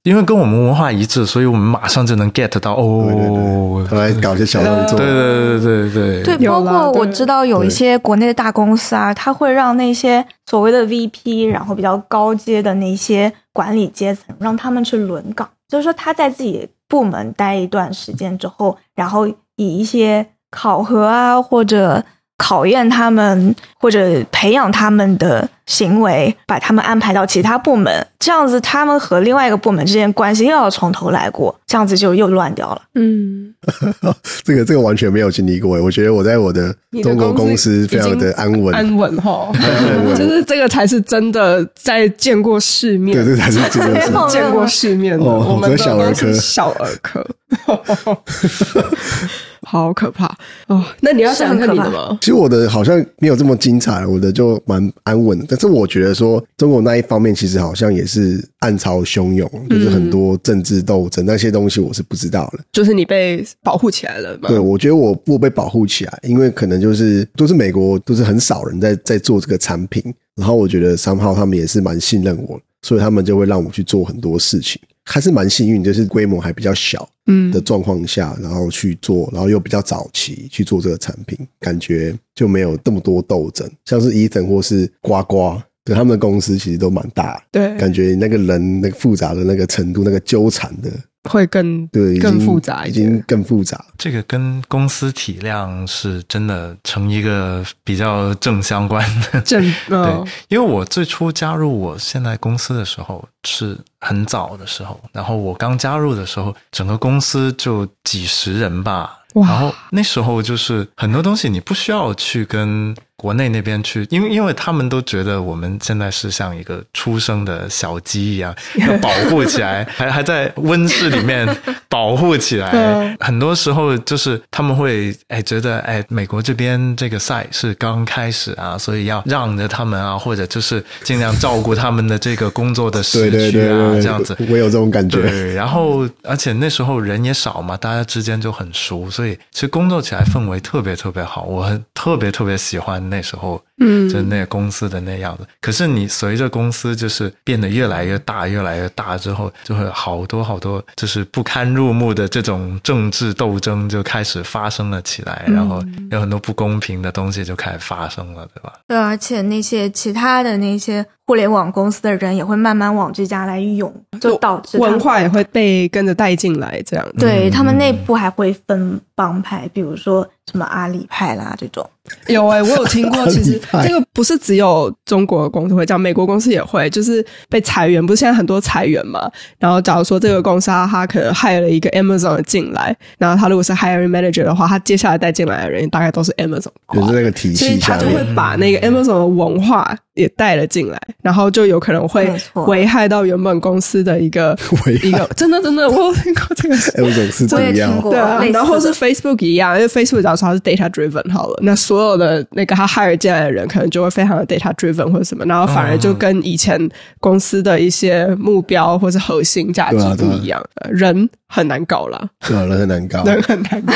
S2: 因为跟我们文化一致，所以我们马上就能 get 到哦，
S1: 他来搞一些小动作，
S2: 对对对对
S4: 对，
S3: 有
S4: 包
S3: 啦
S4: 括我
S3: 对
S4: 知道有一些国内的大公司啊，他会让那些所谓的 VP，然后比较高阶的那些管理阶层，让他们去轮岗，就是说他在自己部门待一段时间之后，然后以一些考核啊或者。考验他们或者培养他们的行为，把他们安排到其他部门，这样子他们和另外一个部门之间关系又要从头来过，这样子就又乱掉了。
S3: 嗯，
S1: 这个这个完全没有经历过诶，我觉得我在我的
S3: 你的
S1: 中国公
S3: 司
S1: 司非常的安稳，
S3: 安稳哈，
S1: 安稳
S3: 就是这个才是真的在见过世面，
S1: 对，这才是真的
S4: 没
S1: 是
S4: 有
S3: 见过世面的，
S1: 哦
S3: 我们
S1: 我
S3: 的
S1: 在小儿科
S3: 都是小儿科，好可怕哦！那你要讲一下你的吗？
S1: 其实我的好像没有这么精彩，我的就蛮安稳的。但是我觉得说中国那一方面其实好像也是暗潮汹涌，就是很多政治斗争、那些东西我是不知道的。
S3: 就是你被保护起来了嘛？
S1: 对，我觉得我我被保护起来，因为可能就是都是美国，都是很少人在在做这个产品，然后我觉得三号他们也是蛮信任我，所以他们就会让我去做很多事情，还是蛮幸运，就是规模还比较小
S3: 嗯
S1: 的状况下，然后去做，然后又比较早期去做这个产品，感觉就没有这么多斗争，像是伊森或是呱呱。对他们的公司其实都蛮大，
S3: 对，
S1: 感觉那个人那个复杂的那个程度，那个纠缠的
S3: 会更
S1: 对，已
S3: 更
S1: 经
S3: 复杂一
S1: 已
S3: 点。
S1: 经更复杂。
S2: 这个跟公司体量是真的成一个比较正相关的。
S3: 正嗯
S2: 对，因为我最初加入我现在公司的时候是很早的时候，然后我刚加入的时候，整个公司就几十人吧。
S3: 哇
S2: 然后那时候就是很多东西你不需要去跟国内那边去，因为因为他们都觉得我们现在是像一个出生的小鸡一样，要保护起来， 还还在温室里面保护起来
S3: 嗯。
S2: 很多时候就是他们会哎觉得哎美国这边这个赛是刚开始啊，所以要让着他们啊，或者就是尽量照顾他们的这个工作的时
S1: 对对
S2: 区
S1: 对
S2: 啊，
S1: 对，
S2: 这样子。
S1: 我有这种感觉。
S2: 对，然后而且那时候人也少嘛，大家之间就很熟，所以其实工作起来氛围特别特别好，我很特别特别喜欢那时候，
S3: 嗯
S2: 就是那个公司的那样子。可是你随着公司就是变得越来越大，越来越大之后，就会有好多好多就是不堪入目的这种政治斗争就开始发生了起来，然后有很多不公平的东西就开始发生了，对吧？
S4: 对，而且那些其他的那些互联网公司的人也会慢慢往这家来涌，就导致他们
S3: 文化也会被跟着带进来，这样子。
S4: 对
S2: 嗯
S4: 他们内部还会分帮派，比如说什么阿里派啦这种。
S3: 有哎、我有听过。其实
S1: 很厉害
S3: 这个不是只有中国的公司会这样，美国公司也会，就是被裁员，不是现在很多裁员嘛？然后假如说这个公司啊，他可能害了一个 Amazon 的进来，然后他如果是 hiring manager 的话，他接下来带进来的人大概都是 Amazon 挂
S1: 就是那个体
S3: 所以
S1: 系
S3: 他
S1: 下
S3: 就
S1: 面嗯
S3: 会，把那个 Amazon 的文化也带了进来，然后就有可能会
S4: 没错
S3: 危害到原本公司的一个
S1: 危害
S3: 一个真的真的，我有听过这个事。
S1: 哎，我总是
S4: 我
S1: 怎
S4: 也听
S1: 样？
S4: 过
S3: 对啊，
S4: 类似的，
S3: 然后是 Facebook 一样，因为 Facebook 假如说它是 data driven 好了，那所有的那个他 hire 进来的人，可能就会非常的 data driven 或者什么，然后
S1: 嗯
S3: 反而就跟以前公司的一些目标或是核心价值
S1: 对啊
S3: 不
S1: 对啊
S3: 一样，呃人很难搞啦，
S1: 对啊，人很难搞。
S3: 人很 难搞。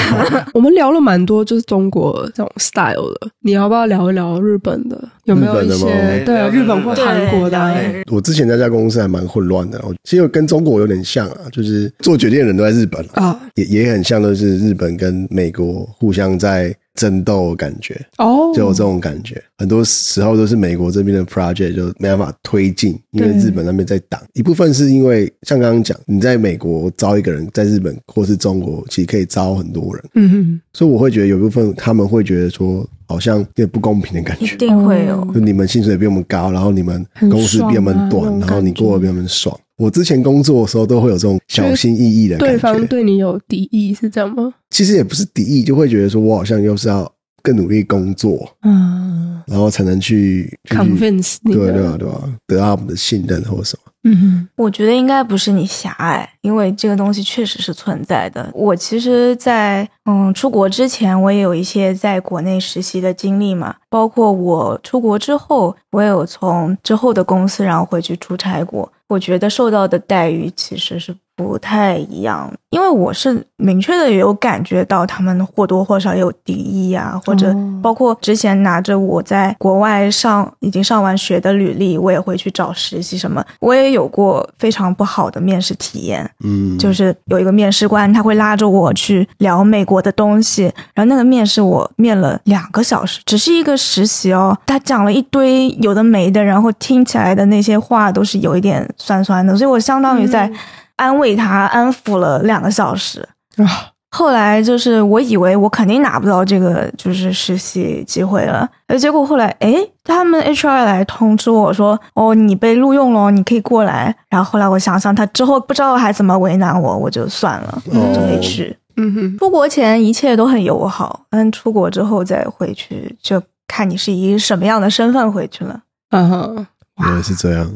S3: 我们聊了蛮多就是中国这种 style 的，你要不要聊一聊日本的？有没有一
S1: 日本的
S3: 些
S1: 吗
S3: 对
S2: 聊
S3: 啊日本或
S4: 对
S3: 韩国的啊？
S4: 对
S1: 我之前那家公司还蛮混乱的，我其实跟中国有点像啊，就是做决定的人都在日本，
S3: 啊
S1: 也也很像，就是日本跟美国互相在争斗，的感觉
S3: 哦，
S1: 就有这种感觉。很多时候都是美国这边的 project 就没办法推进，因为
S3: 对
S1: 日本那边在挡。一部分是因为像刚刚讲，你在美国招一个人，在日本或是中国，其实可以招很多人，
S3: 嗯哼，
S1: 所以我会觉得有一部分他们会觉得说，好像有点不公平的感
S4: 一
S1: 觉。
S4: 定会
S3: 嗯
S4: 有。
S1: 就你们薪水比我们高，然后你们工时比我们
S3: 很
S1: 短，
S3: 爽啊
S1: 然后你过得比我们爽。我之前工作的时候都会有这种小心翼翼的
S3: 对
S1: 感
S3: 方
S1: 觉，
S3: 对你有敌意是这样吗？
S1: 其实也不是敌意，就会觉得说我好像又是要更努力工作，
S3: 嗯
S1: 然后才能去去
S3: ，convince 你
S1: 对
S3: 的，
S1: 对啊对啊，得到我们的信任或什么。
S3: 嗯哼。
S4: 我觉得应该不是你狭隘，因为这个东西确实是存在的。我其实在，嗯出国之前，我也有一些在国内实习的经历嘛，包括我出国之后，我也有从之后的公司然后回去出差过。我觉得受到的待遇其实是不太一样，因为我是明确的有感觉到他们或多或少有敌意啊，或者
S3: 哦
S4: 包括之前拿着我在国外上已经上完学的履历，我也会去找实习什么，我也有过非常不好的面试体验。
S1: 嗯，
S4: 就是有一个面试官，他会拉着我去聊美国的东西，然后那个面试我面了两个小时，只是一个实习哦，他讲了一堆有的没的，然后听起来的那些话都是有一点酸酸的，所以我相当于在
S3: 嗯
S4: 安慰他，安抚了两个小时。
S3: 啊，
S4: 后来就是我以为我肯定拿不到这个就是实习机会了，呃，结果后来诶，他们 HR 来通知我说，哦，你被录用了，你可以过来。然后后来我想想，他之后不知道还怎么为难我，我就算了，
S1: 哦
S4: 就没去。
S3: 嗯哼，
S4: 出国前一切都很友好，嗯，出国之后再回去就看你是以什么样的身份回去了。
S3: 嗯哼。
S1: 原来是这样。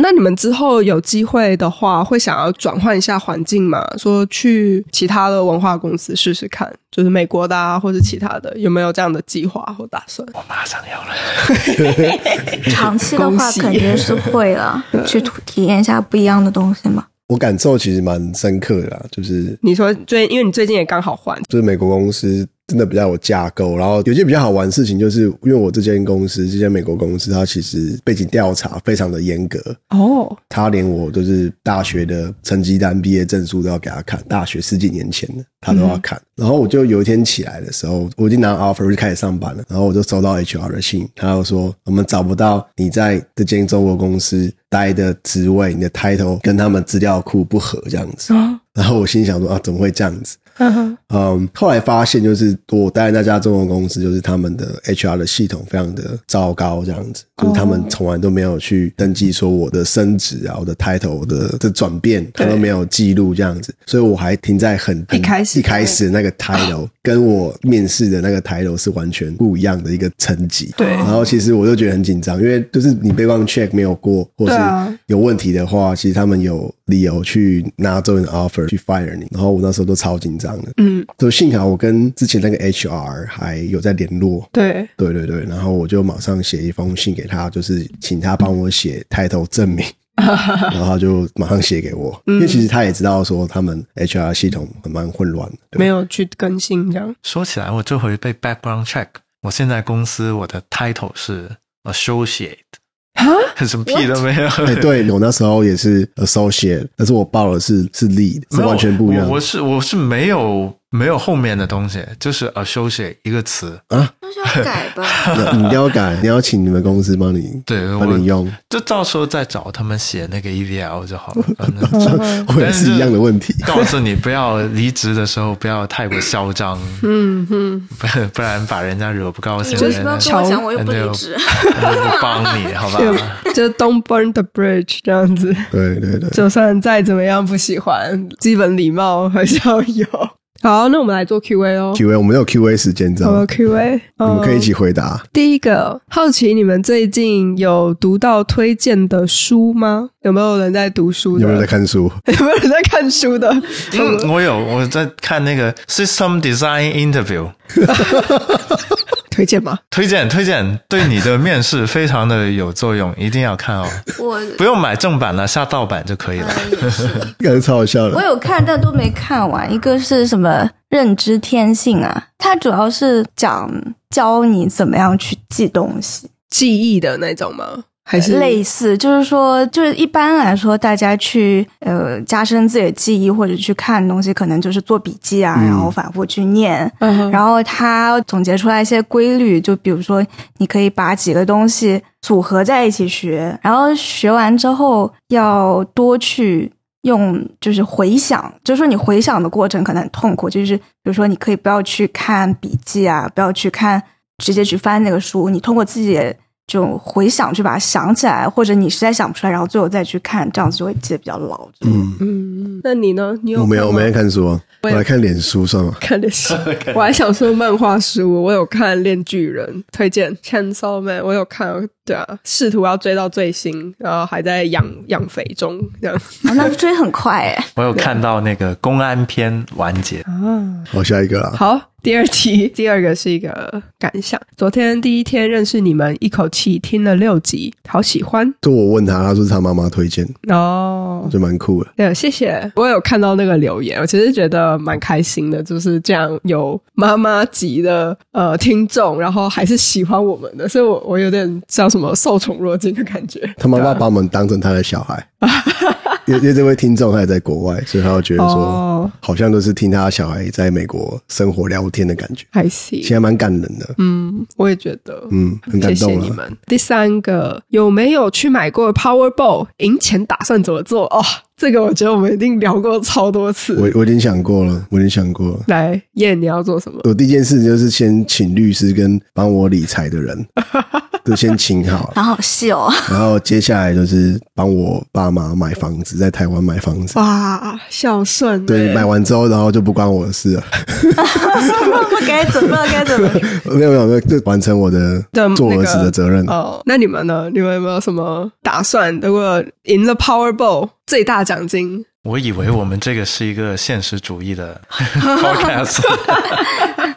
S3: 那你们之后有机会的话，会想要转换一下环境吗？说去其他的文化公司试试看，就是美国的啊，或者其他的，有没有这样的计划或打算？
S2: 我马上要了。
S4: 长期的
S3: 恭
S4: 话
S3: 喜
S4: 肯定是会 了，去体体验一下不一样的东西嘛。
S1: 我感受其实蛮深刻的啦，就是
S3: 你说最，因为你最近也刚好换，
S1: 就是美国公司真的比较有架构。然后有些比较好玩的事情，就是因为我这间公司，这间美国公司，它其实背景调查非常的严格，
S3: 哦，
S1: 他连我就是大学的成绩单、毕业证书都要给他看，大学十几年前的他都要看。然后我就有一天起来的时候，我已经拿 offer 我就开始上班了，然后我就收到 HR 的信，他就说我们找不到你在这间中国公司待的职位，你的 title 跟他们资料库不合这样子。然后我心想说啊，怎么会这样子？嗯，后来发现就是我待的那家中国公司，就是他们的 HR 的系统非常的糟糕，这样子，就是他
S3: 哦
S1: 们从来都没有去登记说我的升职啊、我的 title、我的这转变，他
S3: 对
S1: 都没有记录这样子，所以我还停在很很
S3: 一开始
S1: 一开始那个 title 跟我面试的那个 title 是完全不一样的一个层级。
S3: 对
S1: 然后其实我就觉得很紧张，因为就是你备忘 check 没有过，或是
S3: 对啊
S1: 有问题的话，其实他们有理由去拿周你的 offer 去 fire 你。然后我那时候都超紧张的，
S3: 嗯，
S1: 就幸好我跟之前那个 HR 还有在联络。
S3: 对，
S1: 对对对，然后我就马上写一封信给他，就是请他帮我写 title 证 明，然后他就马上写给我，
S3: 嗯
S1: 因为其实他也知道说他们 HR 系统很蛮混乱的，对
S3: 没有去更新这样。
S2: 说起来，我这回被 background check，我现在公司我的 title 是 associate，
S3: 啊，
S2: 什么屁都没有。
S1: 哎、对我那时候也是 associate，但是我报的是是 lead，是
S2: 没有
S1: 完全不一样
S2: 我我是我是没有没有后面的东西，就是 associate 一个词。
S1: 啊。
S4: 那是要改 吧？
S1: 你你要改，你要请你们公司帮你
S2: 对我
S1: 帮你用，
S2: 就到时候再找他们写那个 EVL 就好 了。反正就
S3: 嗯
S1: 我也是一样的问题。
S2: 告诉你不要离职的时候不要太过嚣张，
S3: 嗯嗯，
S2: 不然不然把人家惹不高
S4: 你
S2: 兴，
S4: 为
S2: 人
S4: 什么要
S2: 家
S4: 跟我讲？我又
S2: 人
S4: 不
S2: 家
S4: 离
S2: 又
S4: 职。
S2: 人家不帮 你，好吧？
S3: 就就 don't burn the bridge 这样子，
S1: 对对对，
S3: 就算再怎么样不喜欢，基本礼貌还是要有。好，那我们来做 Q&A 哦。
S1: Q A 我们有 Q A 时间，知道
S3: 好
S1: 吗
S3: 了？，Q&A，
S1: 你
S3: 嗯
S1: 们可以一起回答。
S3: 第一个好奇，你们最近有读到推荐的书吗？有没有人在读书的？
S1: 有没有在看嗯书？
S3: 有没有人在看 书的？
S2: 因为我有我在看那个 System Design Interview，
S3: 推荐吗？
S2: 推荐推荐，对你的面试非常的有作用， 一定要看哦，
S4: 我
S2: 不用买正版了，下盗版就可以了。
S4: 呃也是，
S1: 感觉超好 笑
S4: 我
S1: 的。
S4: 有看，但都没看完。一个是什么认知天性啊？它主要是讲教你怎么样去记东西，
S3: 记忆的那种吗？还是
S4: 呃类似就是说，就是一般来说，大家去呃加深自己的记忆或者去看东西，可能就是做笔记啊，
S1: 嗯
S4: 然后反复去念。
S3: 嗯哼
S4: 然后他呃总结出来一些规律，就比如说，你可以把几个东西组合在一起学，然后学完之后要多去用，就是回想，就是呃说你回想的过程可能很痛苦，就是比如说你可以不要去看笔记啊，不要去看直接去翻那个书，你通过自己的这种回想去把它想起来，或者你实在想不出来，然后最后再去看，这样子就会记得比较牢。
S1: 嗯，
S3: 嗯，那你呢？你有
S1: 我没有，我
S3: 看吗
S1: 没在看书啊，我
S3: 我也
S1: 来看脸书算吗？
S3: 看的 是，我还想说漫画书，我有看《恋巨人》，推荐《Chainsaw Man》，我有看，对啊，试图要追到最新，然后还在养养肥中这样
S4: 啊那追很快哎、
S2: 我有看到那个公安篇完结，
S3: 啊。
S1: 好，下一个啦。
S3: 好，第二题，第二个是一个感想。昨天第一天认识你们，一口气听了六集，好喜欢
S1: 就我问他，他说是他妈妈推荐，
S3: 哦
S1: 我。觉得蛮酷的。
S3: 对，谢谢。我有看到那个留言，我其实觉得蛮开心的，就是这样有妈妈级的呃听众，然后还是喜欢我们的，所以我我有点叫什么受宠若惊的感觉。
S1: 他妈
S3: 对
S1: 妈
S3: 啊
S1: 把我们当成他的小孩， 因为因为这位听众他也在国外，所以他就觉得说
S3: 哦，
S1: 好像都是听他小孩在美国生活聊天的感觉，
S3: I
S1: 现
S3: see，
S1: 在蛮感人的。
S3: 嗯，我也觉得，
S1: 嗯，很感
S3: 谢谢
S1: 动
S3: 你
S1: 了。
S3: 们。第三个，有没有去买过 Powerball？赢钱打算怎么做？哦，这个我觉得我们一定聊过超多次。
S1: 我我已经想过了，我已经想过了。
S3: 来，燕，你要做什么？
S1: 我第一件事就是先请律师跟帮我理财的 人，就先请好了，
S4: 然后好细哦，
S1: 然后接下来就是帮我爸妈买房子，在台湾买房
S3: 哦
S1: 子。
S3: 哇，孝顺、欸，
S1: 对，买完之后，然后就不关我的事了。
S4: 不该怎么该怎么。
S1: 没有没有没有，就完成我的
S3: 的
S1: 做
S3: 那
S1: 儿
S3: 个
S1: 子的责任。
S3: 哦，那你们呢？你们有没有什么打算？如果赢了 Powerball 最大奖金，
S2: 我以为我们这个是一个现实主义的 podcast，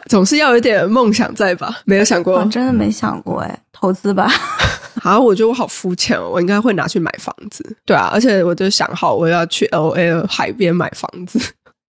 S3: 总是要有一点梦想在吧？没有想
S4: 我
S1: 哦
S3: 过。
S4: 真的没想过哎，投资吧。
S3: 好，我觉得我好肤浅哦，我应该会拿去买房子。对啊，而且我就想好我要去 L A 海边买房子。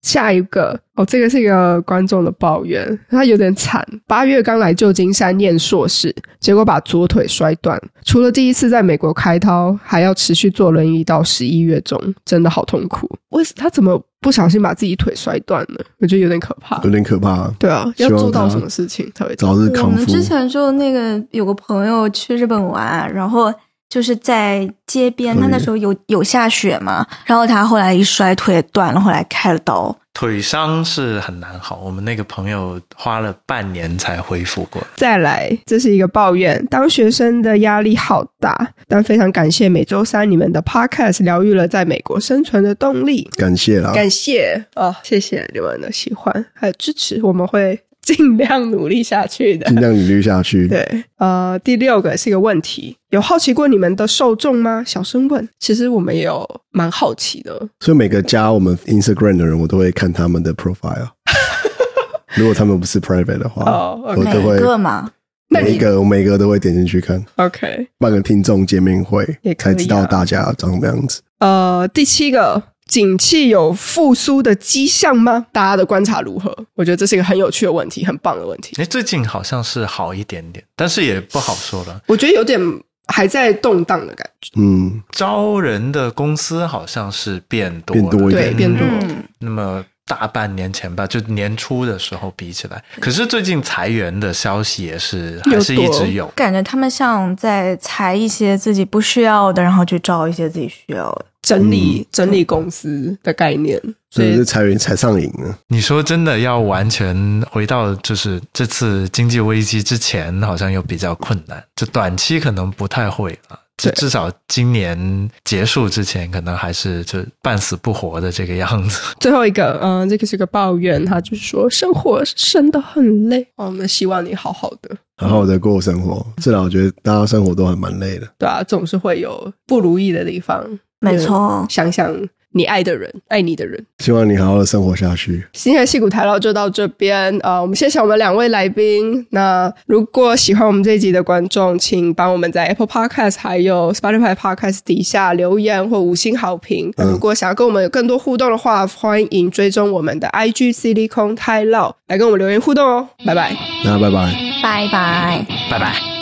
S3: 下一个哦，这个是一个观众的抱怨，他有点惨。八月刚来旧金山念硕士，结果把左腿摔断，除了第一次在美国开刀，还要持续坐轮椅到十一月中，真的好痛苦。为什他怎么不小心把自己腿摔断了？我觉得有点可怕
S1: 有。点可怕。
S3: 对啊，要
S1: 希望
S3: 做到
S1: 他
S3: 什么事情才会这样
S1: 早日
S4: 我
S1: 康
S4: 们
S1: 复。
S4: 之前就那个有个朋友去日本玩，然后就是在街边，
S1: 可以
S4: 他那时候有有下雪嘛，然后他后来一摔腿断了，后来开了刀。
S2: 腿伤是很难好，我们那个朋友花了半年才恢复过来。
S3: 再来，这是一个抱怨，当学生的压力好大，但非常感谢每周三你们的 podcast 疗愈了在美国生存的动力，
S1: 感谢啦，
S3: 感谢哦，谢谢你们的喜欢还有支持，我们会尽量努力下去的
S1: 尽。量捋下去。
S3: 对，呃，第六个是一个问题，有好奇过你们的受众吗？小声问，其实我们也有蛮好奇的，
S1: 所以每个加我们 Instagram 的人，我都会看他们的 profile。如果他们不是 private 的话，
S3: 哦
S1: 我
S3: ，OK，
S4: 每
S1: 都会
S4: 个嘛，
S3: 那
S1: 每一
S3: 你
S1: 个我每个都会点进去看，
S3: OK，
S1: 办个听众见面会
S3: 也，可以啊
S1: 才知道大家长什么样子。
S3: 呃，第七个，景气有复苏的迹象吗？大家的观察如何？我觉得这是一个很有趣的问题，很棒的问题。
S2: 哎，最近好像是好一点点，但是也不好说了。
S3: 我觉得有点还在动荡的感觉。
S1: 嗯，
S2: 招人的公司好像是变多了，
S1: 变多一
S3: 点对变多
S2: 嗯
S4: 嗯，
S2: 那么大半年前吧，就年初的时候比起来，可是最近裁员的消息也是还是一直有。
S4: 感觉他们像在裁一些自己不需要的，然后去招一些自己需要的。
S3: 整理、整理公司的概念，所
S1: 所
S3: 以
S1: 以是裁员才上瘾啊呢。
S2: 你说真的要完全回到就是这次经济危机之前，好像又比较困难，就短期可能不太会了。至
S3: 对
S2: 至少今年结束之前，可能还是就半死不活的这个样子。
S3: 最后一个，嗯、这个是个抱怨，他就是说生活真的很累，哦我们希望你好好的，
S1: 好好的过生活，至少我觉得大家生活都还蛮累的。
S3: 对啊，总是会有不如意的地方，
S4: 没错，
S3: 想想你爱的人，爱你的人。
S1: 希望你好好的生活下去。
S3: 今天的戏骨台唠就到这边，呃，我们谢谢我们两位来宾。那如果喜欢我们这一集的观众，请帮我们在 Apple Podcast 还有 Spotify Podcast 底下留言或五星好评。
S1: 嗯
S3: 如果想要跟我们有更多互动的话，欢迎追踪我们的 IG Silicon 台唠来跟我们留言互动哦。拜拜。
S1: 大家拜拜。
S4: 拜拜。
S2: 拜拜。